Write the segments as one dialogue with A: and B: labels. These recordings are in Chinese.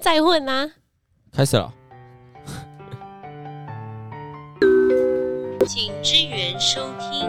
A: 再混呐、
B: 开始了。
C: 请支援收听。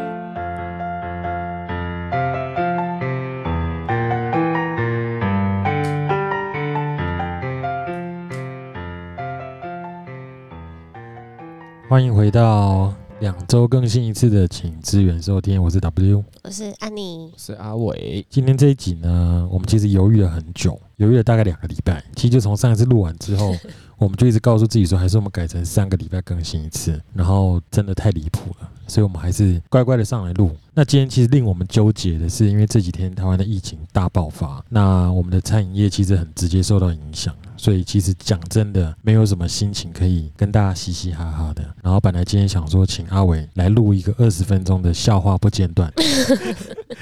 B: 欢迎回到两周更新一次的，请支援收听，我是 W，
A: 我是安妮
D: 我，是阿伟，
B: 今天这一集呢，我们其实犹豫了很久，犹豫了大概两个礼拜。其实就从上一次录完 之后，我们就一直告诉自己说，还是我们改成三个礼拜更新一次。然后真的太离谱了，所以我们还是乖乖的上来录。那今天其实令我们纠结的是，因为这几天台湾的疫情大爆发，那我们的餐饮业其实很直接受到影响。所以其实讲真的，没有什么心情可以跟大家嘻嘻哈哈的。然后本来今天想说，请阿伟来录一个二十分钟的笑话不间断，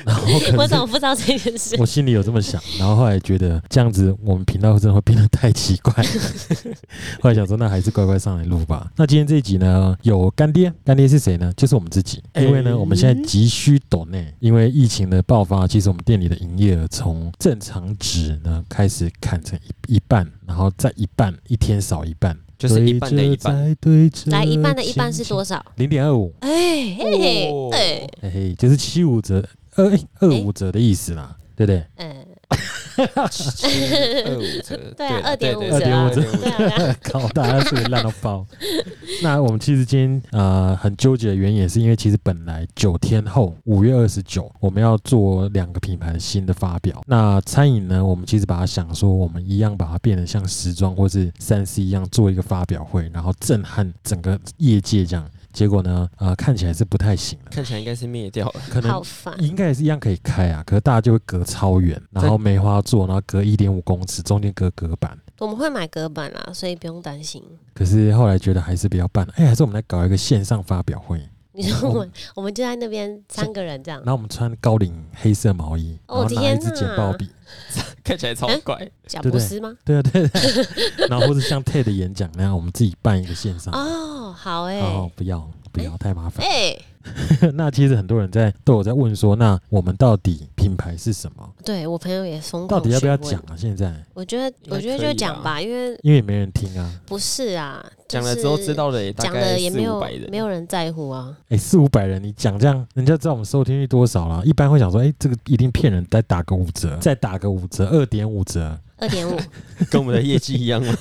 B: 然后可
A: 我
B: 能是
A: 怎么不知道这件事？
B: 我心里有这么想，然后后来觉得这样子我们频道真的会变得太奇怪，后来想说那还是乖乖上来录吧。那今天这一集呢，有干爹，干爹是谁呢？就是我们自己，因为呢我们现在急需抖内，因为疫情的爆发，其实我们店里的营业额从正常值呢开始砍成一一半，然后再一半，一天少一半。
D: 就是一半的一半
B: 对折，
A: 来一半的一半是多少？
B: 零点二五，
A: 哎嘿嘿，哎
B: 嘿嘿，就是七五折，二二五折的意思啦，对不对？
A: 嗯，
D: 二五折，
A: 对啊2.5
D: 啦
B: 折啊
D: 对对对
A: 对啊，对啊
B: 靠，大家是不是烂到爆。 那我们其实今天呃很纠结的原因，也是因为其实本来九天后五月二十九，我们要做两个品牌新的发表。那餐饮呢，我们其实把它想说，我们一样把它变得像时装或是三 C 一样做一个发表会，然后震撼整个业界这样。结果呢，呃，看起来是不太行了，
D: 看起来应该是灭掉了，
B: 可能
A: 好烦，
B: 应该也是一样可以开啊，可是大家就会隔超远，然后梅花座，然后隔一点五公尺，中间隔隔板。
A: 我们会买隔板啦，所以不用担心。
B: 可是后来觉得还是不要办了，哎、还是我们来搞一个线上发表会。
A: 你说
B: 我
A: 我们我们就在那边三个人这样
B: 然，后我们穿高领黑色毛衣，然
A: 哦
B: 后拿一支
A: 天哪
B: 剪报笔，
A: 嗯
D: 看起来超怪。
A: 贾
B: 对
A: 布
B: 对
A: 斯吗？
B: 对啊对啊 对啊，然后或者像 TED 演讲那样，我们自己办一个线上。
A: 哦，好哎、
B: 哦，不要不要，太麻烦。
A: 哎、
B: 那其实很多人在都有在问说，那我们到底品牌是什么？
A: 对我朋友也疯
B: 到
A: 狂
B: 底要不要
A: 询问
B: 讲？啊？现在
A: 我觉得
D: 应该
A: 我觉得
D: 可
A: 就
D: 以吧
A: 讲吧，因为
B: 因为也没人听啊，
A: 不是啊，就
D: 讲
A: 是、
D: 了之后知道的也大
A: 讲
D: 概
A: 了也
D: 四
A: 没
D: 五
A: 有
D: 百人，
A: 没有人在乎啊。
B: 哎，四五百人，你讲这样，人家知道我们收听率多少了。一般会想说，哎，这个一定骗人，再打个五折，再打个五折，二点五折。
A: 二点五，
D: 跟我们的业绩一 样吗？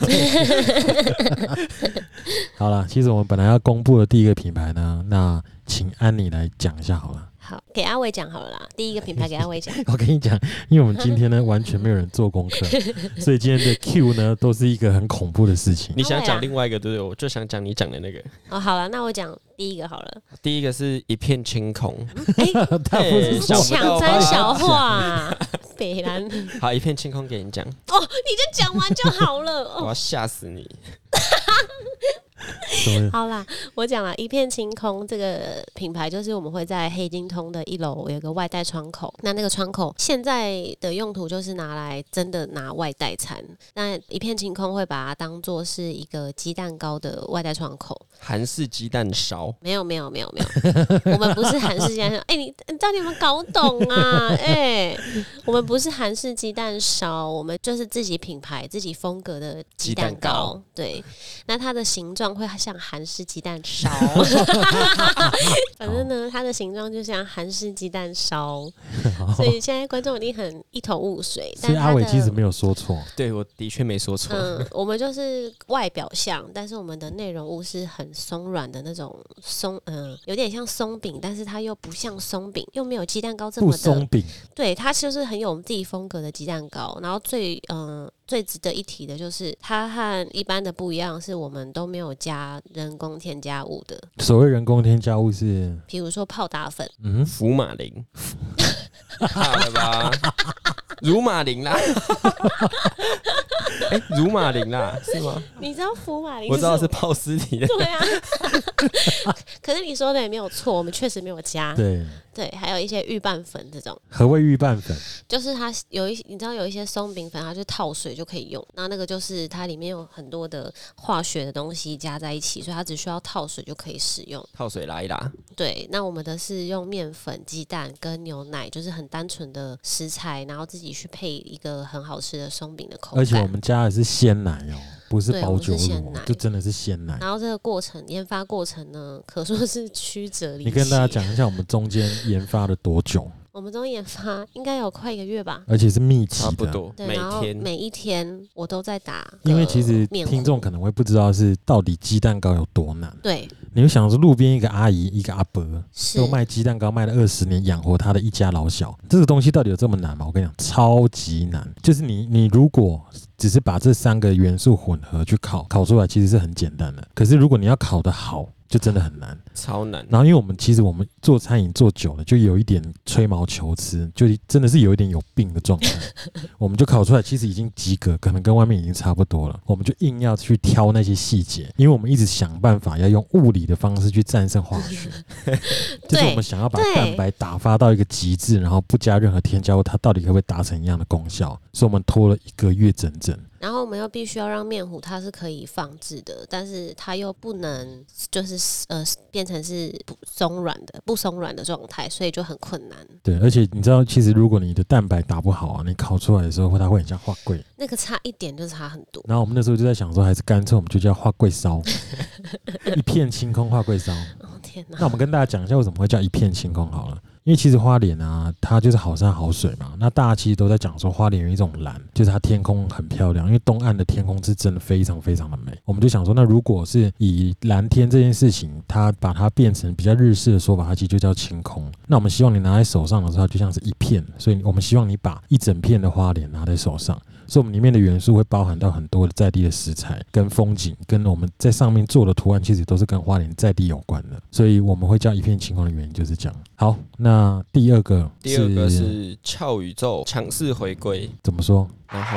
B: 好了，其实我们本来要公布的第一个品牌呢，那请安妮来讲一下好了。
A: 好，给阿伟讲好了啦。第一个品牌给阿伟讲，
B: 我跟你讲，因为我们今天呢完全没有人做功课， 所以今天的 Q 呢都是一个很恐怖的事 情。
D: 你想讲另外一个对不对？我就想讲你讲的那个。
A: 啊哦，好了，那我讲第一个好了。
D: 第一个是一片清空，
B: 他不是
D: 哎
B: 想
D: 想不
A: 抢
D: 到吧
A: 占小话、啊 北兰，哦，你
D: 好，一片清空给你讲，
A: 就讲完就好 了。哦，
D: 我要吓死你！
B: 什么？
A: 好啦，我讲了一片清空这个品牌，就是我们会在黑金通的一楼有一个外带窗口，那那个窗口现在的用途就是拿来真的拿外带餐。那一片清空会把它当做是一个鸡蛋糕的外带窗口。
D: 韩式鸡蛋烧，
A: 没有没有没有没有，我们不是韩式鸡蛋烧。 哎、你你到底有没有搞懂啊？哎、我们不是韩式鸡蛋烧，我们就是自己品牌、自己风格的鸡蛋糕。
D: 鸡蛋糕
A: 对，那它的形状会像韩式鸡蛋 烧，反正呢，它的形状就像韩式鸡蛋烧，所以现在观众一定很一头雾水。
B: 所
A: 但
B: 以阿
A: 它
B: 伟其实
A: 的
B: 没有说错，
D: 对我的确没说错。
A: 嗯，我们就是外表像，但是我们的内容物是很松软的那种松，嗯、有点像松饼，但是它又不像松饼，又没有鸡蛋糕这
B: 不
A: 么
B: 松
A: 的。
B: 饼。
A: 对，它就是很有我们自己风格的鸡蛋糕。然后最嗯、最值得一提的就是，它和一般的不一样，是我们都没有加人工添加物的，
B: 所谓人工添加物是，
A: 比如说泡打粉。
B: 嗯，
D: 福马林，怕了吧？乳马林 啦，哎、乳马林啦，是吗？
A: 你知道福马林？
D: 我知道是。泡尸体的，
A: 对啊， 可是你说的也没有错，我们确实没有加。
B: 对。
A: 对，还有一些预拌粉这种。
B: 何谓预拌粉？
A: 就是它有一，你知道有一些松饼粉，它就套水就可以用。那那个就是它里面有很多的化学的东西加在一起，所以它只需要套水就可以使用。
D: 泡水来啦，
A: 对，那我们的是用面粉、鸡蛋跟牛奶，就是很单纯的食材，然后自己去配一个很好吃的松饼的口
B: 而且我
A: 感。
B: 们加加的是鲜奶哦，不是
A: 对
B: 保
A: 我们是
B: 酒
A: 鲜
B: 乳
A: 奶，
B: 就真的是鲜奶。
A: 然后这个过程研发过程呢，可说是曲折离奇。
B: 你跟大家，讲一下我们中间研发了多久，
A: 我们中研发应该有快一个月吧？
B: 而且是密集
D: 差不
B: 的。
D: 多
A: 对，
D: 每
A: 然后
D: 天
A: 每一天我都在打个面糊，
B: 因为其实听众可能会不知道是到底鸡蛋糕有多难，
A: 对
B: 你就想说路边一个阿姨一个阿伯
A: 是
B: 都卖鸡蛋糕卖了二十年，养活他的一家老小，这个东西到底有这么难吗？我跟你讲，超级难。就是你你如果只是把这三个元素混合去烤，烤出来其实是很简单的。可是如果你要烤得好，就真的很难。
D: 超难。
B: 然后，因为我们其实我们做餐饮做久了，就有一点吹毛求疵，就真的是有一点有病的状态。我们就烤出来，其实已经及格，可能跟外面已经差不多了。我们就硬要去挑那些细节，因为我们一直想办法要用物理的方式去战胜化学，就是我们想要把
A: 对
B: 蛋白打发到一个极致，然后不加任何添加物，它到底可不可以达成一样的功效？所以我们拖了一个月整整。
A: 然后我们又必须要让面糊它是可以放置的，但是它又不能就是呃变成是不松软的、不松软的状态，所以就很困难。
B: 对，而且你知道，其实如果你的蛋白打不好啊，你烤出来的时候，它会很像化柜。
A: 那个差一点就差很多。
B: 然后我们那时候就在想说，还是干脆我们就叫花桂烧，一片清空花桂烧。
A: 哦天哪！
B: 那我们跟大家讲一下为什么会叫一片清空好了，因为其实花莲啊，它就是好山好水嘛。那大家其实都在讲说，花莲有一种蓝，就是它天空很漂亮，因为东岸的天空是真的非常非常的美。我们就想说，那如果是以蓝天这件事情，它把它变成比较日式的说法，它其实就叫清空。那我们希望你拿在手上的时候，它就像是一片，所以我们希望你把一整片的花莲拿在手上。所以我们里面的元素会包含到很多的在地的食材、跟风景，跟我们在上面做的图案，其实都是跟花莲在地有关的。所以我们会叫一片晴空的原因就是这样。好，那第二个
D: 第
B: 是
D: 二个是俏宇宙强势回归，
B: 怎么说？
D: 然后。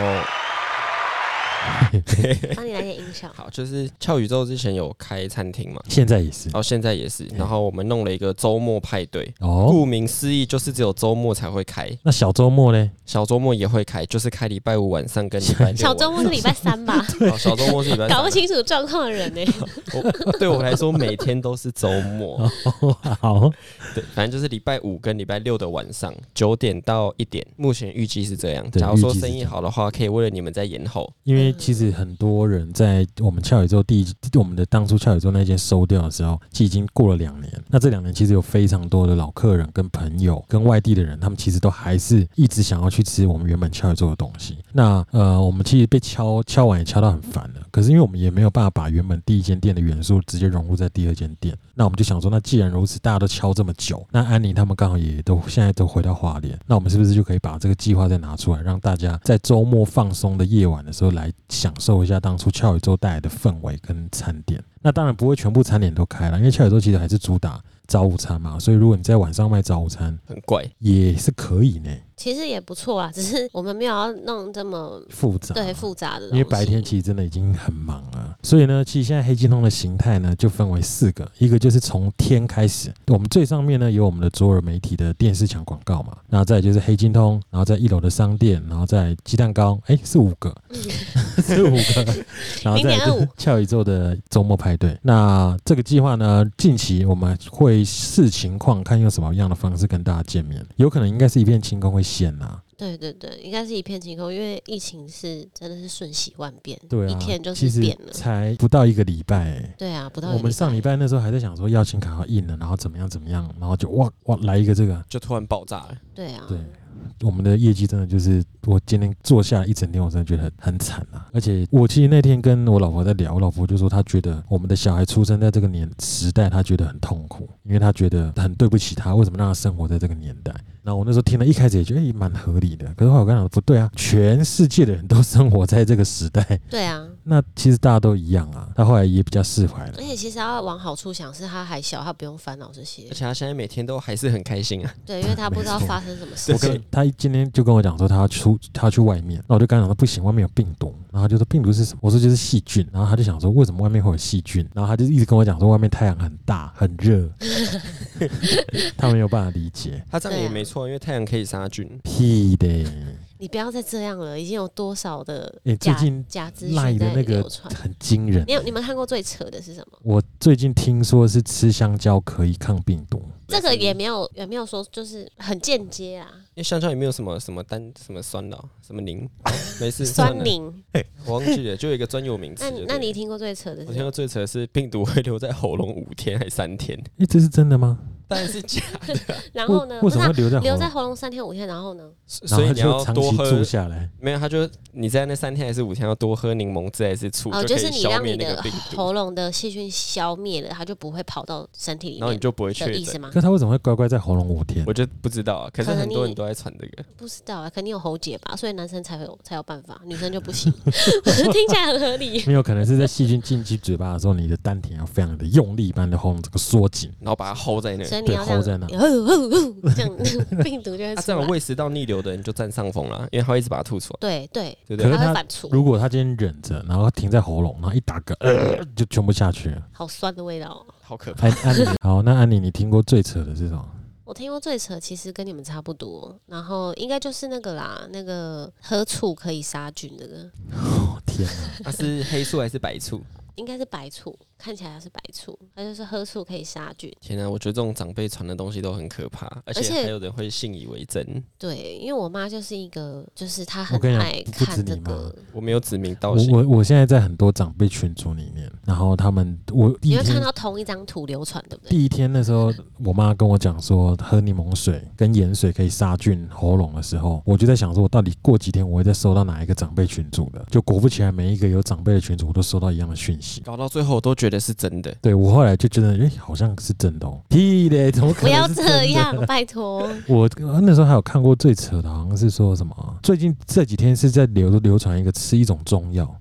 A: 帮你来点音 效
B: 啊
D: 好就是俏宇宙之前有开餐厅嘛，
B: 现在也是
D: 然后现在也是，
B: 嗯
D: 然后我们弄了一个周末派对，
B: 哦。
D: 顾名思义就是只有周末才会开，
B: 那小周末呢？
D: 小周末也会开，就是开礼拜五晚上跟礼拜六晚上。
A: 小周末是礼拜三 吧？
D: 哦小周末是礼拜三
A: 搞不清楚状况的人呢、
D: 我 对我来说每天都是周末，
B: 哦好，
D: 对，反正就是礼拜五跟礼拜六的晚上九点到一点，目前预计是这样。
B: 对
D: 假如说
B: 预计是
D: 生意好的话，可以为了你们再延后。
B: 因为其实很多人在我们俏宇宙第一，我们的当初俏宇宙那间收掉的时候，其实已经过了两年。那这两年其实有非常多的老客人、跟朋友、跟外地的人，他们其实都还是一直想要去吃我们原本俏宇宙的东西。那呃，我们其实被敲敲完也敲到很烦了，可是因为我们也没有办法把原本第一间店的元素直接融入在第二间店，那我们就想说，那既然如此，大家都敲这么久，那安妮他们刚好也都现在都回到花莲，那我们是不是就可以把这个计划再拿出来，让大家在周末放松的夜晚的时候来享受一下当初俏宇宙带来的氛围跟餐点？那当然不会全部餐点都开了，因为俏宇宙其实还是主打早午餐嘛，所以如果你在晚上卖早午餐
D: 很怪，
B: 也是可以呢，
A: 其实也不错啊啦，只是我们没有要弄这 么
B: 复杂
A: 对复杂的东西。
B: 啊因为白天其实真的已经很忙了，所以呢，其实现在黑金通的形态呢就分为四个，一个就是从天开始，我们最上面呢有我们的左耳媒体的电视墙广告嘛，然后再来就是黑金通，然后在一楼的商店，然后在鸡蛋糕，
A: 嗯
B: 哎、是五个，是五个，然后再来就是
A: 0.25
B: 俏宇宙的周末派对。那这个计划呢，近期我们会视情况看用什么样的方式跟大家见面，有可能应该是一片清空会啊先啦、
A: 对对对，应该是一片晴空，因为疫情是真的是瞬息万变，
B: 对啊，
A: 一天就是
B: 其实
A: 变了。
B: 才不到一个礼拜、欸。
A: 对啊，不到一个
B: 我们上礼拜那时候还在想说邀请卡要印了，然后怎么样怎么样，然后就哇哇来一个这个，
D: 就突然爆炸了。
A: 对啊，
B: 对，我们的业绩真的就是我今天坐下来一整天，我真的觉得很很惨啊！而且我其实那天跟我老婆在聊，我老婆就说她觉得我们的小孩出生在这个年时代，她觉得很痛苦，因为她觉得很对不起他，为什么让他生活在这个年代？然后我那时候听了一开始也觉得哎蛮、合理的，可是后来我跟她讲不对啊，全世界的人都生活在这个时代，
A: 对啊。
B: 那其实大家都一样啊。她后来也比较释怀了
A: 而。且其实要往好处想，是他还小，他不用烦恼这些
D: 而。且他现在每天都还是很开 心啊，
A: 对，因为他不知道
B: 没错
A: 发生什么事
B: 我
A: 情。
D: 对
B: 跟他今天就跟我讲说他要出他要去外面，那我就跟他讲说不行，外面有病毒。然后他就说病毒是什么？我说就是细菌。然后他就想说为什么外面会有细菌？然后他就一直跟我讲说外面太阳很大很热， 他没有办法理解。
D: 他这样也没错，因为太阳可以杀菌。
B: 屁的，
A: 你不要再这样了，已经有多少的
B: 诶
A: 假
B: 欸最近
A: 假资
B: 赖
A: 讯
B: 的
A: 在
B: 那个
A: 流传？
B: 很惊人
A: 你。有你们看过最扯的是什么？
B: 我最近听说是吃香蕉可以抗病毒，
A: 这个也没有也没有说就是很间接啊，
D: 因为香蕉也没有什么什么单什么酸了什么 柠，没事，算
A: 酸
D: 了，
A: 柠。
D: 我忘记了，就有一个专有名词
A: 那
D: 就对
A: 你
D: 了。
A: 那你听过最扯的
D: 我
A: 是什
D: 听
A: 么？
D: 到最扯的是病毒会留在喉咙五天还三 天，
B: 诶，欸这是真的吗？
D: 但是假的，啊
A: 然
B: 为
A: 后呢？啊
B: 为什么
A: 不
B: 会
A: 是
B: 留在
A: 啊
B: 喉
A: 留在
B: 咙？
A: 喉咙三天五天，然后呢？
B: 然
D: 所
B: 后
D: 以
B: 它
D: 你
B: 就
D: 要
B: 长
D: 多
B: 期
D: 喝
B: 住。下来，
D: 没有，他就你在那三天还是五天要多喝柠檬汁还是醋，
A: 哦，
D: 就
A: 就
D: 可
A: 是
D: 以
A: 你
D: 消
A: 让
D: 灭
A: 你
D: 那个
A: 的
D: 病毒，
A: 喉咙的细菌消灭了，它就不会跑到身体里
D: 然后你
A: 面
D: 就不会
A: 的
D: 确
A: 意思
D: 诊。
A: 吗？
B: 可它为什么会乖乖在喉咙五天
D: 我？就不知道啊，可是
A: 可能
D: 很多
A: 你
D: 人都在传这个，
A: 不知道啊，肯定有喉结吧，所以男生才有才有办法，女生就不行。 我觉得听起来很合理。
B: 没有，可能是在细菌进去嘴巴的时候，你的丹田要非常的用力，把你的喉咙这个缩紧。
D: 然后把它 hold 在那。
A: 所以你
B: 对
A: 要
B: 喉
A: 这
B: 在
A: 样
B: 哪，
A: 呃呃呃这样 病毒就会出
D: 他啊这样
A: 来。
D: 胃食道逆流的人就占上风了，因为他会一直把它吐出来，
A: 对对，
D: 对不
B: 可
D: 对
A: 它
B: 是？
A: 会
B: 它
A: 反刍，
B: 如果它今天忍着，然后停在喉咙，然后一打嗝，呃，就全部下 去了。
A: 好酸的味道哦。
D: 好 可怕！
B: 安安妮，好，那安妮，你听过最扯的是什么？
A: 我听过最扯，其实跟你们差不多，然后应该就是那个啦，那个喝醋可以杀菌那个，
B: 哦天哪！
D: 它是黑醋还是白醋？
A: 应该是白醋，看起来是白醋，它就是喝醋可以杀菌。
D: 天啊，我觉得这种长辈传的东西都很可怕，而且
A: 而且
D: 还有人会信以为真。
A: 对，因为我妈就是一个，就是她很
B: 我跟你讲
A: 爱
B: 不不止
A: 看
B: 你
A: 这
B: 妈
A: 个，
D: 我没有指名道
B: 我
D: 姓，
B: 我我现在在很多长辈群组里面，然后他们我第
A: 你
B: 一
A: 会看
B: 天
A: 到同一张图流传，对不对？
B: 第一天那时候，我妈跟我讲说喝柠檬水跟盐水可以杀菌喉咙的时候，我就在想说，我到底过几天我会再收到哪一个长辈群组的？就果不其然，每一个有长辈的群组我都收到一样的讯息。
D: 搞到最后我都觉得是真的。
B: 对我后来就觉得，诶，好像是真的哦。屁嘞，怎么可
A: 不
B: 能
A: 要
B: 是真
A: 这
B: 的
A: 样，拜托。
B: 我呃那时候还有看过最扯的，好像是说什么，最近这几天是在流流传一个吃一种中药，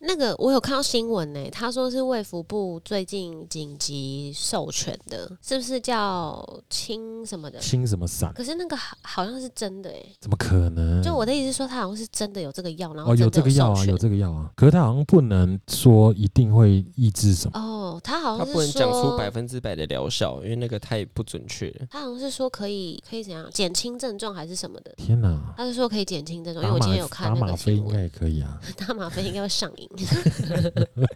A: 那个我有看到新闻呢、他说是卫福部最近紧急授权的，是不是叫清什么的？
B: 清什么散，
A: 可是那个好好像是真的哎、
B: 怎么可能？
A: 就我的意思是说，他好像是真的有这个药，然后
B: 嗯哦，
A: 真
B: 有
A: 的
B: 这个药
A: 授
B: 啊，
A: 权
B: 有。这个药啊，可是它好像不能说一定会抑制什么。
A: 哦，他好
D: 他
A: 像
D: 不能
A: 是
D: 讲出百
A: 说，
D: 分之百的疗效，因为那个太不准确了。
A: 他好像是说可以可以怎样减轻症状还是什么的。
B: 天哪！
A: 他是说可以减轻症嗯状，因
B: 打
A: 为我今
B: 吗
A: 天有看
B: 打
A: 那
B: 吗
A: 个新
B: 啡应该
A: 闻，
B: 也可以 啊。
A: 打吗啡应该会上瘾。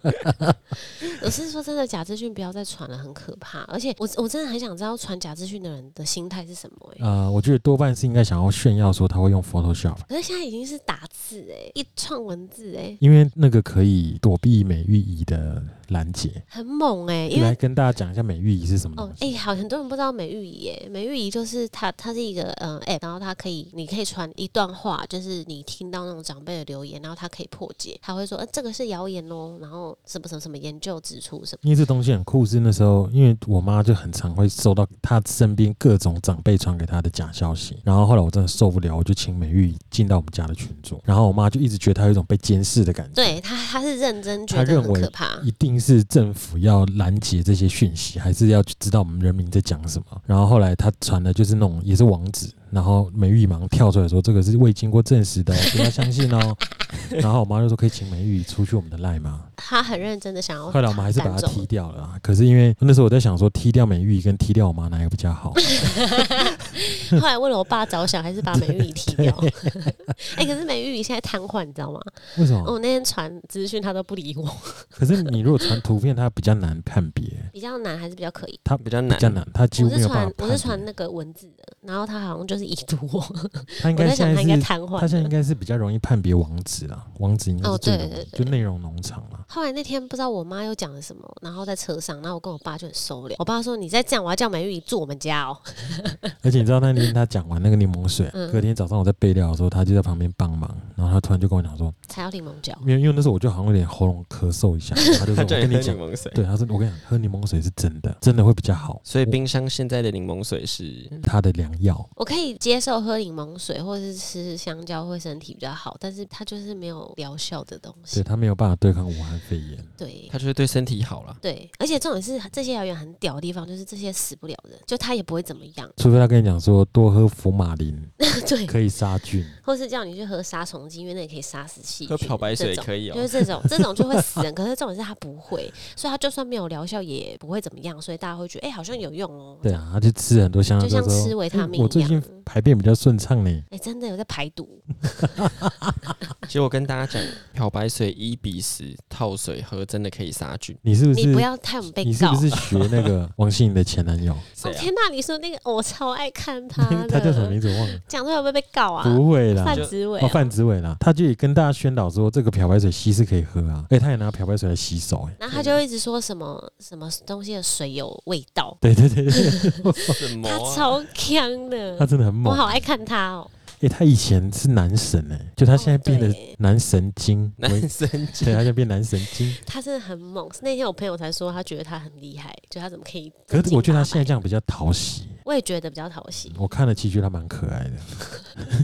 A: 我是说真的，假资讯不要再传了，很可怕。而且我我真的很想知道传假资讯的人的心态是什么、欸。
B: 呃，我觉得多半是应该想要炫耀说他会用 Photoshop，
A: 可是现在已经是打字哎、一串文字哎、
B: 因为那个可以躲避美玉仪的拦截。
A: 很猛哎、因
B: 来
A: 为。
B: 跟大家讲一下美玉仪是什么
A: 哦
B: 东，西。
A: 哎、好，很多人不知道美玉仪，哎，美玉仪就是它，它是一个嗯 app，然后它可以，你可以传一段话，就是你听到那种长辈的留言，然后它可以破解，它会说，呃，这个是谣言哦，然后什么什么什么研究指出什么，
B: 因为这东西很酷，是那时候因为我妈就很常会收到她身边各种长辈传给她的假消息，然后后来我真的受不了，我就请美玉仪进到我们家的群组，然后我妈就一直觉得她有一种被监视的感觉。
A: 对他，他是认真觉
B: 他
A: 得
B: 认
A: 很
B: 为
A: 可怕，
B: 一定是政府要拦截这些讯息，还是要去知道我们人民在讲什么？然后后来他传的就是那种也是网址，然后美玉忙跳出来说这个是未经过证实的哦，不要相信哦。然后我妈就说可以请美玉出去我们的赖吗？
A: 他很认真的想要哦赶走。
B: 后来我们还是把她踢掉了啊。可是因为那时候我在想说踢掉美玉跟踢掉我妈哪一个比较 好？啊
A: 后来为了我爸着想，还是把美玉仪踢 掉。哎、可是美玉仪现在瘫痪，你知道吗？哦
B: 为什么？
A: 我那天传资讯，他都不理我，
B: 可是你如果传图片，它比较难判别，
A: 比较难还是比较可以。
B: 它
D: 比较
B: 比
D: 难，
B: 较难，它几乎
A: 我
B: 没
A: 是
B: 有办
A: 传
B: 法
A: 我
B: 判
A: 是传
B: 别。
A: 那个文字的，然后他好像就是已读我，
B: 它应
A: 我
B: 该
A: 在想
B: 现
A: 他
B: 在
A: 应该
B: 是
A: 瘫痪
B: 他现在应
A: 了。
B: 该是比较容易判别网址啦，网址应该是
A: 哦
B: 最
A: 对
B: 容易，
A: 对对
B: 就内容农场啦。
A: 后来那天不知道我妈又讲了什么，然后在车上，然后我跟我爸就很收敛。我爸说：“你再这样，我要叫美玉仪住我们家哦。
B: 而且你知道那天他讲完那个柠檬水，
A: 嗯
B: 隔天早上我在备料的时候，他就在旁边帮忙，然后他突然就跟我讲说，”
A: 才要柠檬角，
B: 因为因为那时候我就好像有点喉咙咳嗽一下，然后他就 说
D: 他
B: 我
D: 叫你喝
B: 跟你
D: 柠
B: 讲，
D: 檬水，
B: 对，他说我跟你讲，喝柠檬水是真的，真的会比较好，
D: 所以
B: 我
D: 冰箱现在的柠檬水是
B: 他的良药。
A: 我可以接受喝柠檬水或者是吃香蕉会身体比较好，但是它就是没有疗效的东
B: 对
A: 西。
B: 他没有办法对抗武汉肺炎，
A: 对
D: 它就是对身体好了。
A: 对，而且重点是这些谣言很屌的地方，就是这些死不了人，就他也不会怎么样。
B: 除非他跟你讲说多喝福马林
A: 对，
B: 可以杀菌，
A: 或是叫你去喝杀虫剂，因为那也可以杀死细菌。
D: 喝漂白水也
A: 这种
D: 可以哦、
A: 就是这种，这种就会死 人。可是重点是他不会，所以他就算没有疗效也不会怎么样，所以大家会觉得哎、好像有用哦。
B: 对啊，他就吃很多香
A: 就
B: 蕉
A: 像
B: 之后
A: 吃维他命
B: 我最
A: 一样
B: 近。排便比较顺畅呢。
A: 哎、真的有在排毒，
D: 其实我跟大家讲，漂白水一比十套水喝真的可以杀菌？
B: 你是不
A: 你不
B: 是？
A: 要太我们被
B: 你是
A: 告。
B: 不是学那个 王心凌的前男友？
D: 谁
A: 哦
D: 啊？
A: 天哪！你说那个我超爱 看他的，
B: 他叫什么名字？我 忘了。
A: 讲出来会不会被告啊？
B: 不会啦
A: 范，子伟
B: 哦，
A: 啊，
B: 范子伟啦，他就也跟大家宣导说，这个漂白水稀是可以喝啊，哎，他也拿漂白水来洗手，哎，
A: 然后他就一直说什么什么东西的水有味道，
B: 对对对
A: 嗯
B: 对，
D: 什么
A: 他
D: 啊？
A: 超强
B: 他
A: 的，
B: 真的很
A: 我
B: 猛，
A: 好爱看他哦。
B: 哎，他以前是男神哎，就他现在变
A: 哦
B: 得
A: 对
B: 男神经，
D: 男神 经
B: 对，他现在变男神经，
A: 他真的很猛。那天我朋友才说，他觉得他很厉害，就他怎么可以？
B: 可是我觉得他现在，这样比较讨喜，
A: 我也觉得比较讨喜，
B: 我看了其实觉得他蛮可爱的。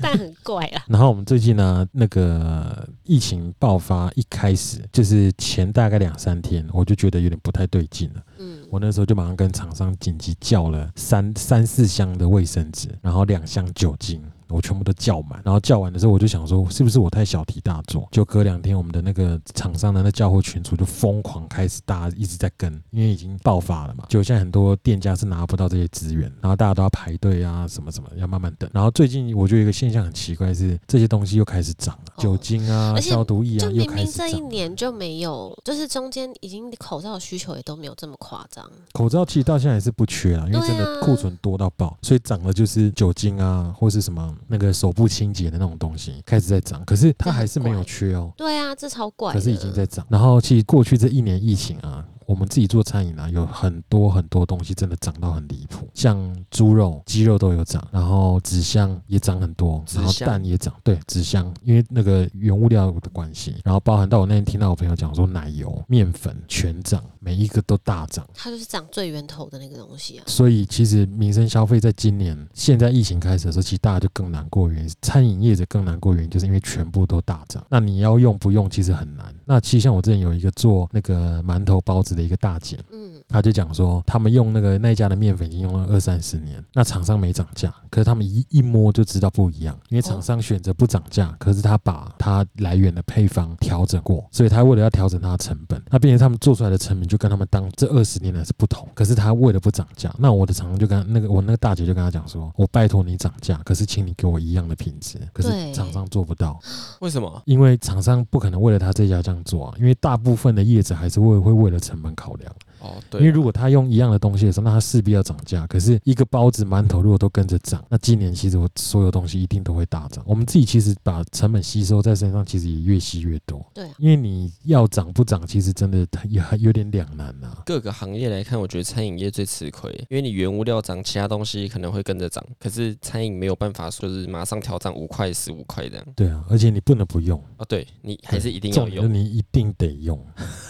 A: 但很怪啦。
B: 然后我们最近呢，那个疫情爆发一开始，就是前大概两三天，我就觉得有点不太对劲了。
A: 嗯，
B: 我那时候就马上跟厂商紧急叫了三三四箱的卫生纸，然后两箱酒精，我全部都叫满。然后叫完的时候，我就想说，是不是我太小题大做？就隔两天，我们的那个厂商的那叫货群组就疯狂开始，大家一直在跟，因为已经爆发了嘛。就现在很多店家是拿不到这些资源，然后大家都要排队啊，什么什么，要慢慢等。然后最近我觉得有一个现象很奇怪是，这些东西又开始涨了，
A: 哦
B: 酒精啊、
A: 而且
B: 消毒液啊
A: 就
B: 又
A: 明
B: 开
A: 明
B: 始
A: 这一
B: 涨。
A: 年就没有，就是中间已经口罩的需求也都没有这么夸张。
B: 口罩其实到现在还是不缺啦，因为真
A: 对啊
B: 的库存多到爆，所以涨了就是酒精啊，或是什么那个手部清洁的那种东西开始在涨，可是它还是没有缺哦，
A: 对啊，这超怪的。
B: 可是已经在涨。然后其实过去这一年疫情啊，我们自己做餐饮啊，有很多很多东西真的涨到很离谱，像猪肉、鸡肉都有涨，然后纸箱也涨很多，
D: 纸
B: 然后
D: 箱
B: 蛋也涨，对，纸箱因为那个原物料的关系，然后包含到我那天听到我朋友讲说，奶油、面粉全涨，每一个都大涨。
A: 它就是长最源头的那个东西啊。
B: 所以其实民生消费在今年现在疫情开始的时候，其实大家就更难过，原因餐饮业者更难过，原因就是因为全部都大涨。那你要用不用，其实很难。那其实像我之前有一个做那个馒头包子的一个大姐，
A: 嗯，
B: 她就讲说，他们用那个那一家的面粉已经用了二三十年，那厂商没涨价，可是他们一一摸就知道不一样，因为厂商选择不涨价，可是他把它来源的配方调整过，所以他为了要调整它的成本，那变成他们做出来的成品就跟他们当这二十年来是不同，可是他为了不涨价，那我的厂商就跟那个我那个大姐就跟他讲说，我拜托你涨价，可是请你给我一样的品质，可是
A: 对
B: 厂商做不到，
D: 为什么？
B: 因为厂商不可能为了他这家这样做啊，因为大部分的业者还是会会为了成本考量。
D: 哦，
B: 因
D: 对，
B: 为如果他用一样的东西的时候，那他势必要涨价。可是一个包子、馒头如果都跟着涨，那今年其实我所有东西一定都会大涨。我们自己其实把成本吸收在身上，其实也越吸越多。
A: 对啊，
B: 因为你要涨不涨，其实真的也还有点两难啊呐、
D: 各个行业来看，我觉得餐饮业最吃亏，因为你原物料涨，其他东西可能会跟着涨，可是餐饮没有办法说是马上调涨五块、十五块这样。
B: 对啊，而且你不能不用，
D: 哦，对你还是一定
B: 重
D: 要
B: 点是
D: 用，
B: 你一定得用。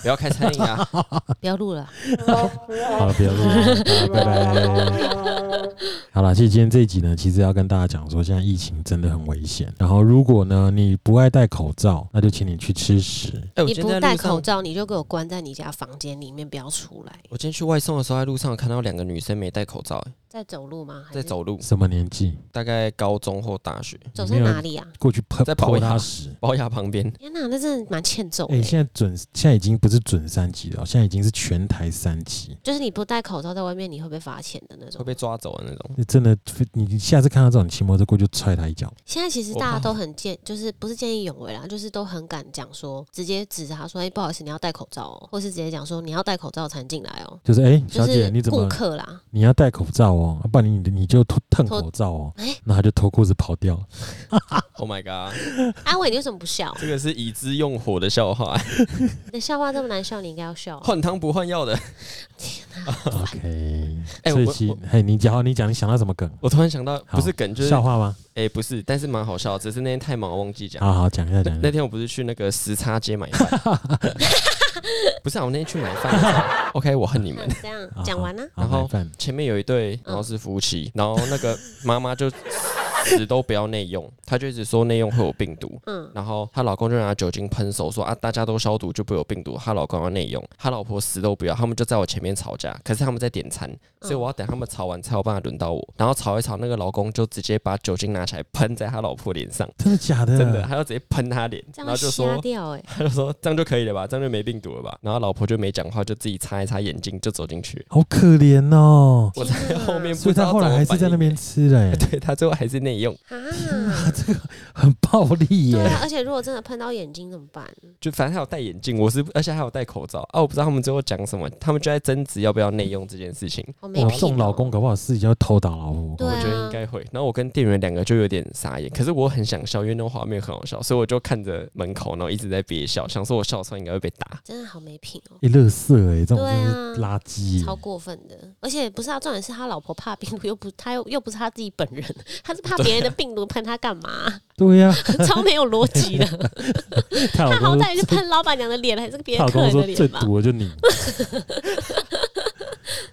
D: 不要开餐饮啊。
A: 不要录了
B: 哎
A: 啊，
B: 好了，不要录了，大家拜拜。 好了，其实今天这一集呢，其实要跟大家讲说，现在疫情真的很危险。然后，如果呢你不爱戴口罩，那就请你去吃屎。
D: 哎，我
A: 你
D: 今天
A: 不
D: 在
A: 戴
D: 路
A: 口
D: 上，
A: 罩，你就给我关在你家房间里面，不要出来。
D: 我今天去外送的时候，在路上看到两个女生没戴口罩，哎
A: 在走路吗？还
D: 在
A: 是
D: 走路，
B: 什么年纪？
D: 大概高中或大学，
A: 走
B: 没
A: 在
B: 有
A: 哪里啊？
B: 过去喷
D: 再跑
B: 泼
D: 一下
B: 他屎。
D: 包牙旁边。
A: 天哪，那真的蛮欠揍的
B: 哎、
A: 欸、
B: 现在准现在已经不是准三级了，现在已经是全台三级。
A: 就是你不戴口罩在外面，你会被罚钱的那
D: 会
A: 种。
D: 被抓走的那种。
B: 那真的，你下次看到这种骑摩托车过去就踹他一脚。
A: 现在其实
D: 我
A: 大家
D: 怕
A: 都很见，就是不是见义勇为啦，就是都很敢讲说，直接指着他说：“哎、不好意思，你要戴口罩、哦。”或是直接讲说：“你要戴口罩才能进来哦。
B: 就是哎、”
A: 就
B: 小姐，
A: 是
B: 你怎
A: 顾
B: 么
A: 客啦，
B: 你要戴口罩哦？啊、不然你你就脱蹭口罩哦
A: 哎，
B: 那他就脱裤子跑掉。
D: Oh my god，
A: 安慰你为什么不笑？
D: 这个是以资用火的笑话，
A: 你的笑话这么难笑，你应该要笑啊、
D: 换汤不换药的。
B: OK，
D: 哎
B: 所以
D: 我
B: 其
D: 我
B: 嘿，你讲好你讲，你想到什么梗？
D: 我突然想到，不是梗就是
B: 笑话吗？
D: 哎、不是，但是蛮好笑的，只是那天太忙忘记讲。
B: 好好讲一下讲一
D: 那
B: 下。
D: 天我不是去那个时差街买饭， 不是、啊，我那天去买饭 的时候。OK，我恨你们。
A: 这样讲完啦、啊
B: 啊好
D: 然后
B: 麻烦
D: 前面有一对，然后是夫妻，然后那个妈妈就死都不要内用，她就一直说内用会有病毒。
A: 嗯，
D: 然后她老公就拿酒精喷手说啊，大家都消毒就不会有病毒。她老公要内用，她老婆死都不要，他们就在我前面吵架。可是他们在点餐，
A: 嗯
D: 所以我要等他们吵完才有办法轮到我。然后吵一吵，那个老公就直接把酒精拿起来喷在他老婆脸上，
B: 真的假的？
D: 真的，他要直接喷他脸，
A: 这样
D: 然后
A: 会
D: 就
A: 瞎
D: 说
A: 掉哎、
D: 他就说这样就可以了吧，这样就没病毒了吧。然后老婆就没讲话，就自己擦一擦眼睛就走进去。
B: 好可怜哦。
D: 我在后面不
B: 所以
A: 啊
D: 知道
B: 他后来还是在那边吃嘞、哎
D: 对他最后还是那内用，
A: 啊，
B: 很暴力
A: 对
B: 耶。
A: 啊，而且如果真的喷到眼睛怎么办？
D: 就反正还有戴眼镜，我是而且还有戴口罩啊，我不知道他们最后讲什么，他们就在争执要不要内用这件事情，
A: 我没
B: 哇，这
A: 品
B: 种
A: 哦
B: 老公搞不好私底下会偷打老婆。
A: 对
D: 我觉得应
A: 啊，
D: 该会。然后我跟店员两个就有点傻眼，可是我很想笑，因为那个画面很好笑，所以我就看着门口，然后一直在憋笑，想说我笑出来应该会被打。
A: 真的好没品哦。
B: 一乐色哎，这种
A: 对
B: 真
A: 啊
B: 是垃圾欸
A: 超
B: 耶。
A: 过分的，而且不是啊，重点是他老婆怕病毒，又不他又又不是他自己本人，他是怕别人的病毒喷他干嘛？
B: 对呀，
A: 超没有逻辑的。他
B: 她老
A: 好
B: 公
A: 歹
B: 说
A: 是喷老板娘的脸，还是别
B: 她
A: 人客
B: 老公
A: 人
B: 说
A: 的
B: 最
A: 脸吧？
B: 毒的就你。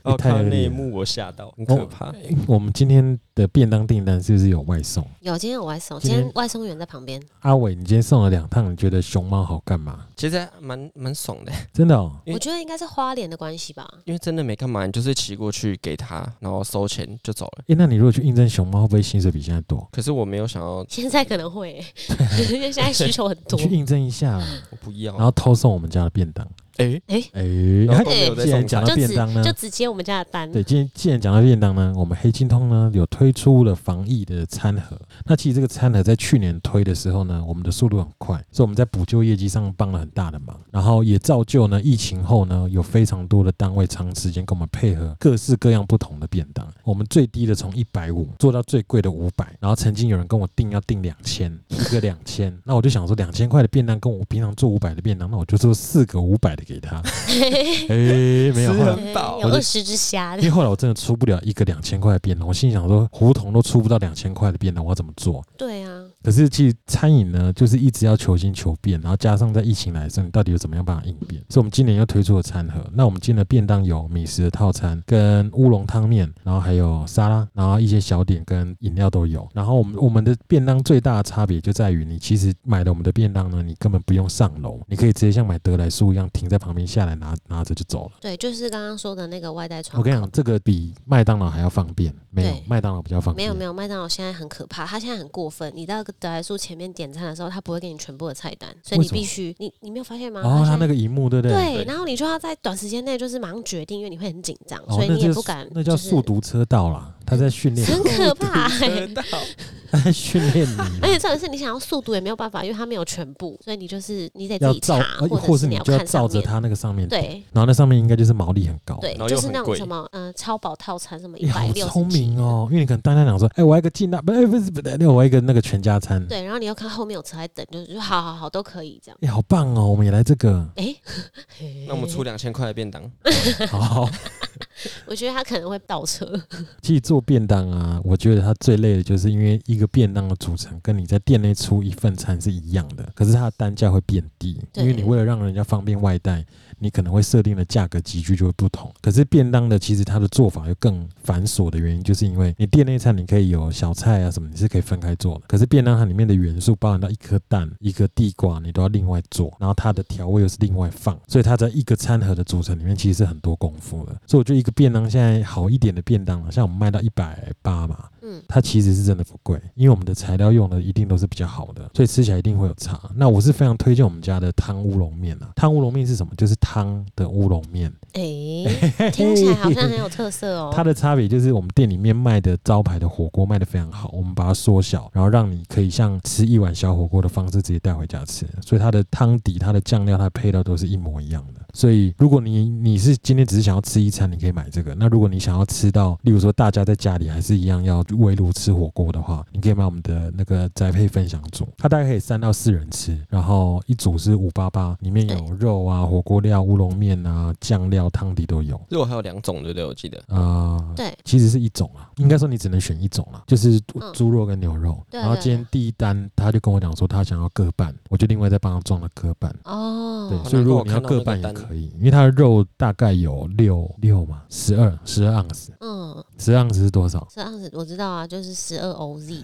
D: 哦，
B: 太
D: 看
B: 哦
D: 到
B: 恶
D: 那一
B: 劣了
D: 幕我吓到，很可怕。
B: 我们今天的便当订单是不是有外送？
A: 有，今天有外送，
B: 今
A: 今
B: 天
A: 天外送员在旁边，
B: 阿伟，你今天送了两趟，你觉得熊猫好干嘛？
D: 其实还蛮蛮爽的，
B: 真的哦，
D: 因为
A: 我觉得应该是花脸的关系吧。
D: 因为真的没干嘛，你就是骑过去给他，然后收钱就走了。
B: 诶，那你如果去应征熊猫，会不会薪水比现在多？
D: 可是我没有想要，
A: 现在可能会、 因为现在需求很
B: 你
A: 多
B: 去。应征一下啦，
A: 哦
D: 我不要
B: 然。后偷送我们家的便当。
D: 哎，
B: 诶，
D: 然后都没有
B: 既然
D: 在
B: 讲
D: 送
A: 就
B: 到便
A: 只
B: 当呢
A: 就，只接我们家的单，
B: 对，今天既然讲到便当呢，我们黑金通呢有推出了防疫的餐盒。那其实这个餐盒在去年推的时候呢，我们的速度很快，所以我们在补救业绩上帮了很大的忙，然后也造就呢疫情后呢有非常多的单位长时间跟我们配合各式各样不同的便当。我们最低的从一百五做到最贵的五百，然后曾经有人跟我订要订两千，一个两千，那我就想说两千块的便当跟我平常做五百的便当，那我就做四个五百的给他。哎、没有，
D: 吃
B: 后来
D: 很
A: 对
D: 饱
A: 有
B: 我就
A: 二十只虾
B: 因为后来我真的出不了一个两千块的便当，我心里想说，胡同都出不到两千块的便当，我要怎么做？
A: 对啊，
B: 可是其实餐饮呢，就是一直要求新求变，然后加上在疫情来的时候，你到底有怎么样办法应变？所以我们今年又推出了餐盒，那我们今年的便当有米食的套餐、跟乌龙汤面，然后还有沙拉，然后一些小点跟饮料都有。然后我们我们的便当最大的差别就在于，你其实买了我们的便当呢，你根本不用上楼，你可以直接像买得来速一样停在旁边下来拿拿着就走了。
A: 对，就是刚刚说的那个外带窗
B: 我
A: 口
B: 跟你。讲，这个比麦当劳还要方便，没有
A: 对
B: 麦当劳比较方
A: 没
B: 便，
A: 有没有，麦当劳现在很可怕，它现在很过分。你到德莱素前面点餐的时候，它不会给你全部的菜单，所以
B: 为
A: 你
B: 什么
A: 必须你你没有发现吗？
B: 然后
A: 它
B: 它
A: 现在
B: 哦那个荧幕，对不对？
A: 对
D: 对，
A: 然后你就要在短时间内就是马上决定，因为你会很紧张，
B: 哦
A: 所以
B: 那
A: 你也
B: 就
A: 不
B: 是
A: 敢，
B: 那叫
A: 就是
B: 速读车道啦，他在训练，
A: 很可怕、欸
D: 得到
B: 他在训练 你
A: 而且
B: 啦，
A: 重点是你想要速读也没有办法，因为它没有全部，所以你就是你得自
B: 要
A: 己
B: 照
A: 查，，
B: 呃
A: 或
B: 或
A: 者
B: 是
A: 是
B: 你
A: 要
B: 就要
A: 看
B: 照
A: 上
B: 着
A: 面。
B: 它那个上面，，
A: 对
B: 然后那上面应该就是毛利很高，
A: 对
D: 然后，
A: 就
D: 又
A: 是
D: 很
A: 那种
D: 贵
A: 什么呃超饱套餐 什么
B: 你
A: 一百
B: 哎好
A: 六
B: 聪明。哦，因为你可能单单讲说，哎，我要一个劲大，不是不是不是，我要一个那个全家餐，
A: 对，然后你又看后面有车在等，就是说好好好都可以这样。
B: 哎，好棒哦，我们也来这 个，
A: 哎、
D: 那我们出两千块的便当，
B: 好。
A: 我觉得他可能会倒车。
B: 其实做便当啊，我觉得它最累的就是因为一个便当的组成跟你在店内出一份餐是一样的，可是它的单价会变低，
A: 对
B: 因为你为了让人家方便外带，你可能会设定的价格集聚就会不同。可是便当的其实它的做法又更繁琐的原因，就是因为你店内餐你可以有小菜啊什么，你是可以分开做的，可是便当它里面的元素包含到一颗蛋、一个地瓜，你都要另外做，然后它的调味又是另外放，所以它在一个餐盒的组成里面其实是很多功夫的。所以我觉得一个便当现在好一点的便当啊，像我们卖到一百八嘛，
A: 嗯，
B: 它其实是真的不贵，因为我们的材料用的一定都是比较好的，所以吃起来一定会有差。那我是非常推荐我们家的汤乌龙面啊，汤乌龙面是什么？就是汤的乌龙面，
A: 哎、听起来好像很有特色 哦。
B: 它的差别就是我们店里面卖的招牌的火锅卖的非常好，我们把它缩小，然后让你可以像吃一碗小火锅的方式直接带回家吃，所以它的汤底、它的酱料、它的配料都是一模一样的。所以如果你你是今天只是想要吃一餐，你可以买这个；那如果你想要吃到，例如说大家在家里还是一样要围炉吃火锅的话，你可以买我们的那个宅配分享组，它大概可以三到四人吃，然后一组是五八八，里面有肉啊、火锅料、乌龙面啊、酱料、汤底都有。
D: 肉还有两种，对不对？我记得
B: 啊，
A: 对，
B: 其实是一种
D: 嗯
B: 啊，应该说你只能选一种啦，啊就是猪
A: 嗯
B: 猪肉跟牛肉。
A: 对啊
B: 然后
A: 对啊
B: 今天第一单他就跟我讲说他想要各半，我就另外再帮他装了各半。对，
A: 哦，
B: 所以如果你要各半也可以，因为它的肉大概有六六嘛，十二十二盎司，
A: 嗯，
B: 十二盎司是多 少？
A: 这样子我知道啊，就是十二 OZ，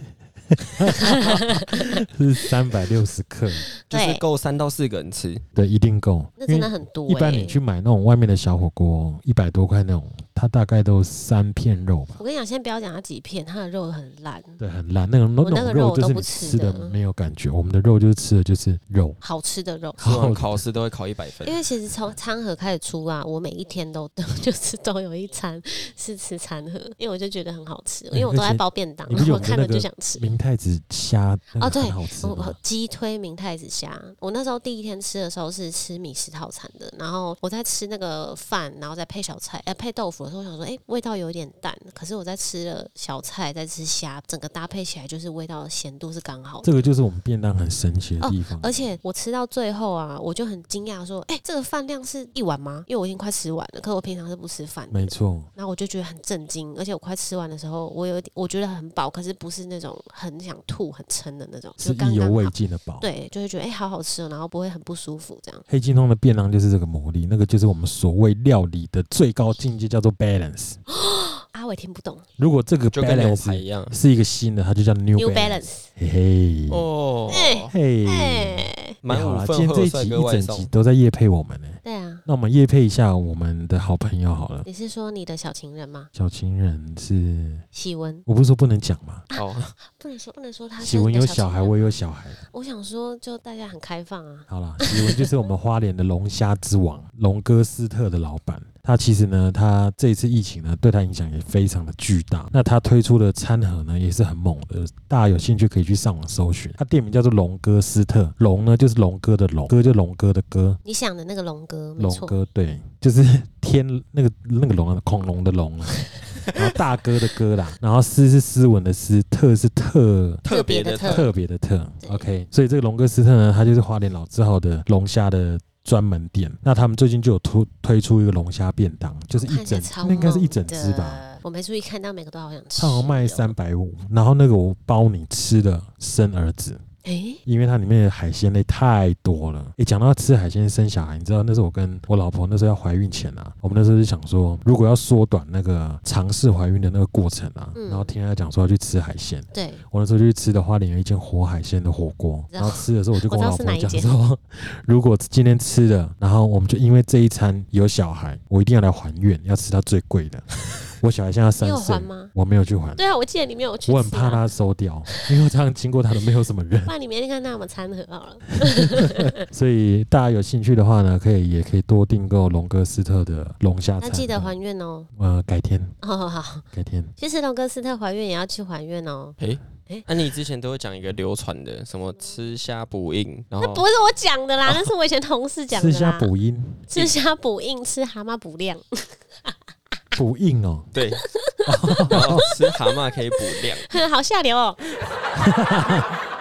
B: 是三百六十克，
D: 就是
A: 对，
D: 够三到四个人吃，
B: 对，一定够。
A: 那
B: 因
A: 真的
B: 为
A: 很多、欸。
B: 一般你去买那种外面的小火锅，一百多块那种，它大概都三片肉吧，
A: 我跟你讲，先不要讲它几片，它的肉很烂，
B: 对，很烂。那个
A: 嗯我那
B: 那
A: 个
B: 种
A: 肉
B: 肉就
A: 都
B: 是
A: 不
B: 你
A: 吃
B: 吃的
A: 的
B: 没有感觉，我们的肉就是吃的就是肉。
A: 好吃的肉。
D: 吃完
B: 好
D: 考试都会考一百分
A: 因。为其实从餐盒开始出啊，我每一天都 都就是都有一餐是吃餐盒，因为我就觉得很好吃，因为我都在包便当，
B: 你不是有
A: 我看
B: 那
A: 了
B: 个
A: 就想吃。
B: 明太子虾那
A: 哦
B: 个
A: 对
B: 很好吃
A: 我我
B: 吗？
A: 鸡推明太子虾，我那时候第一天吃的时候是吃米食套餐的，然后我在吃那个饭，然后再配小菜，哎、配豆腐的时候，我想说，哎、味道有点淡，可是我在吃了小菜，再吃虾，整个搭配起来就是味道咸度是刚好的。
B: 这个就是我们便当很神奇的地方。
A: 哦而且我吃到最后啊，我就很惊讶说，哎、这个饭量是一碗吗？因为我已经快吃完了，可我平常是不吃饭的。
B: 没错，
A: 然后我就觉得很震惊，而且我快吃完的时候，我有点我觉得很饱，可是不是那种很想吐、很撑的那种，就是刚
B: 意犹
A: 刚
B: 未
A: 好。
B: 尽的饱。
A: 对，就会觉得哎、好好吃哦，然后不会很不舒服这样。
B: 黑金通的便当就是这个魔力，那个就是我们所谓料理的最高境界，叫做 balance。
A: 哦阿伟啊听不懂
B: 如果这个
D: 就跟牛
B: balance
D: 排一样
B: 是一个新的，它就叫 new
A: New
B: balance。
A: Balance，
B: 嘿嘿，
D: 哦，
B: 嘿，
A: 哎，
D: 满
B: 好
D: 五
B: 啦
D: 份
B: 今天
D: 贺
B: 这一
D: 帅
B: 集
D: 哥外
B: 一整集
D: 送，
B: 都在夜配我们呢、
A: 对啊，
B: 那我们夜配一下我们的好朋友好了，
A: 你是说你的小情人吗？
B: 小情人是，
A: 喜文，
B: 我不是说不能讲吗？
D: 哦，
A: 不能说不能说他
B: 喜文有小孩，我
A: 我
B: 也有小孩。
A: 我想说就大家很开放啊，
B: 好啦，喜文就是我 们花莲的龙虾之王，龙哥斯特的老板。他其实呢，他这一次疫情呢，对他影响也非常的巨大。那他推出的餐盒呢，也是很猛的，大家有兴趣可以去上网搜寻。他店名叫做龙哥斯特，龙呢就是龙哥的龙，哥就龙哥的哥，
A: 你想的那个龙哥没
B: 龙
A: 错，
B: 哥对，就是天那个那个龙啊，恐龙的龙啊，然后大哥的哥啦，然后斯是斯文的斯，特是特
D: 特别的
A: 特
D: 特，
B: 特别的特
A: 嗯对
B: ，OK，所以这个龙哥斯特呢，它就是花莲老字号的龙虾的专门店。那他们最近就有推推出一个龙虾便当，就是一
A: 看起来
B: 整
A: 超，
B: 那应该是一整
A: 猛
B: 只吧，
A: 的。我没注意看，但每个都好想吃。哦
B: 它好像卖，三百五，然后那个我包你吃了生儿子。
A: 哎，
B: 因为它里面的海鲜类太多了。诶，讲到吃海鲜生小孩，你知道那时候我跟我老婆那时候要怀孕前啊，我们那时候就想说，如果要缩短那个尝试怀孕的那个过程啊，
A: 嗯
B: 然后听她讲说要去吃海鲜，
A: 对，
B: 我那时候就去吃的花莲有一间活海鲜的火锅，
A: 然
B: 然
A: 后
B: 后吃的时候 我就跟
A: 我知道
B: 老
A: 是
B: 婆
A: 哪一
B: 讲
A: 间
B: 说，如果今天吃了，然后我们就因为这一餐有小孩，我一定要来还愿，要吃到最贵的。我小孩现在
A: 你
B: 三
A: 有
B: 岁
A: 还，吗？
B: 我没有去还。
A: 对啊，我记得里面有去吃啊，
B: 我很怕他收掉，因为我常常经过他都没有什么人。
A: 不然你明天看那我们餐盒好了。
B: 所以大家有兴趣的话呢，可以也可以多订购龙哥斯特的龙虾
A: 那
B: 餐。
A: 记得还愿哦。
B: 呃，改天
A: 好好好，
B: 改天，
A: 其实龙哥斯特还愿也要去还愿哦。
D: 那啊你之前都会讲一个流传的什么吃虾补硬，然后
A: 不是我讲的啦，那是我以前同事讲的
B: 哦吃
A: 啦。
B: 虾补阴
A: 吃虾补硬，吃蛤蟆补量。
B: 补硬哦，
D: 对，然后吃蛤蟆可以补 量，
A: 好下流哦！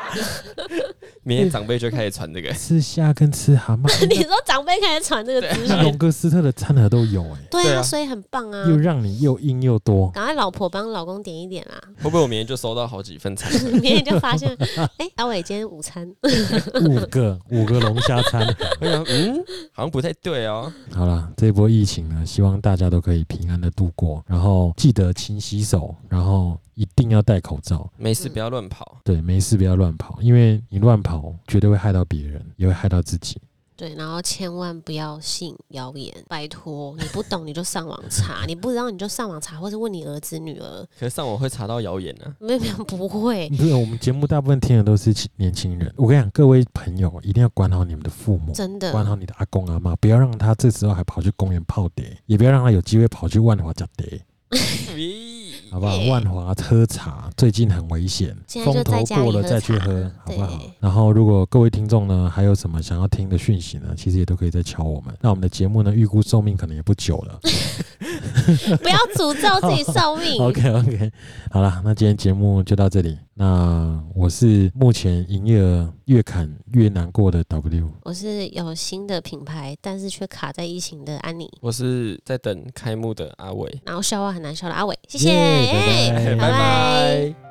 D: 明天长辈就开始传这个。
B: 吃虾跟吃蛤
A: 你
B: 蟆，
A: 说长辈开始传这个资
B: 那
A: 讯，
B: 龙哥斯特的餐盒都有哎、
A: 对
D: 对
A: 啊，
D: 啊
A: 所以很棒啊！
B: 又让你又硬又 多。
A: 赶快老婆帮老公点一点啊 啦，
D: 会不会我明天就收到好几份 餐？
A: 明天就发现， 哎，阿伟今天午餐
B: 五个五个龙虾 餐。
D: 我想，嗯，好像不太对哦。
B: 好了，这波疫情呢，希望大家都可以平安的度过，然后记得勤洗手，然后一定要戴口罩。
D: 没事，不要乱跑。
B: 对，没事不要乱跑，因为你乱跑绝对会害到别人，也会害到自己。
A: 对，然后千万不要信谣言，拜托，你不懂你就上网查， 你不知道你就上网查，或是问你儿子女儿，
D: 可是上网会查到谣言啊呢。
A: 没有没有不会，
B: 不是，我们节目大部分听的都是青年轻人。我跟你讲，各位朋友一定要管好你们的父母，
A: 真
B: 管好
A: 的，
B: 你的阿公阿妈，不要让他这时候还跑去公园泡碟，也不要让他有机会跑去万华家碟，
D: 咦
B: 好不好？
A: 对
B: 万华喝茶最近很危险，
A: 现在就在
B: 风头
A: 家里
B: 过了再去
A: 喝茶
B: 喝，好不好
A: 对？
B: 然后，如果各位听众呢，还有什么想要听的讯息呢，其实也都可以再敲我们。那我们的节目呢，预估寿命可能也不久了。
A: 不要诅咒自己寿 命。
B: OK OK，好了，那今天节目就到这里。那我是目前营业额越砍越难过的 W，
A: 我是有新的品牌，但是却卡在疫情的安妮，
D: 我是在等开幕的阿伟，
A: 然后笑话很难笑的阿伟，谢谢，
B: 哎耶拜
A: 拜
B: 拜
D: 拜拜。